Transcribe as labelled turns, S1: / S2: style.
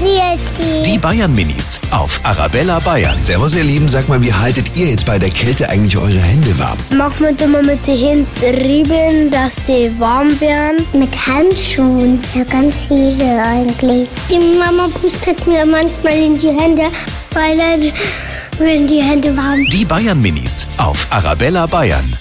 S1: Wie ist
S2: Die Bayern Minis auf Arabella Bayern.
S3: Servus, ihr Lieben. Sag mal, wie haltet ihr jetzt bei der Kälte eigentlich eure Hände warm?
S4: Machen wir immer mit den Händen Rieben, dass die warm werden.
S1: Mit Handschuhen. Ja, ganz viele eigentlich. Die Mama pustet mir manchmal in die Hände, weil dann werden die Hände warm.
S2: Die Bayern Minis auf Arabella Bayern.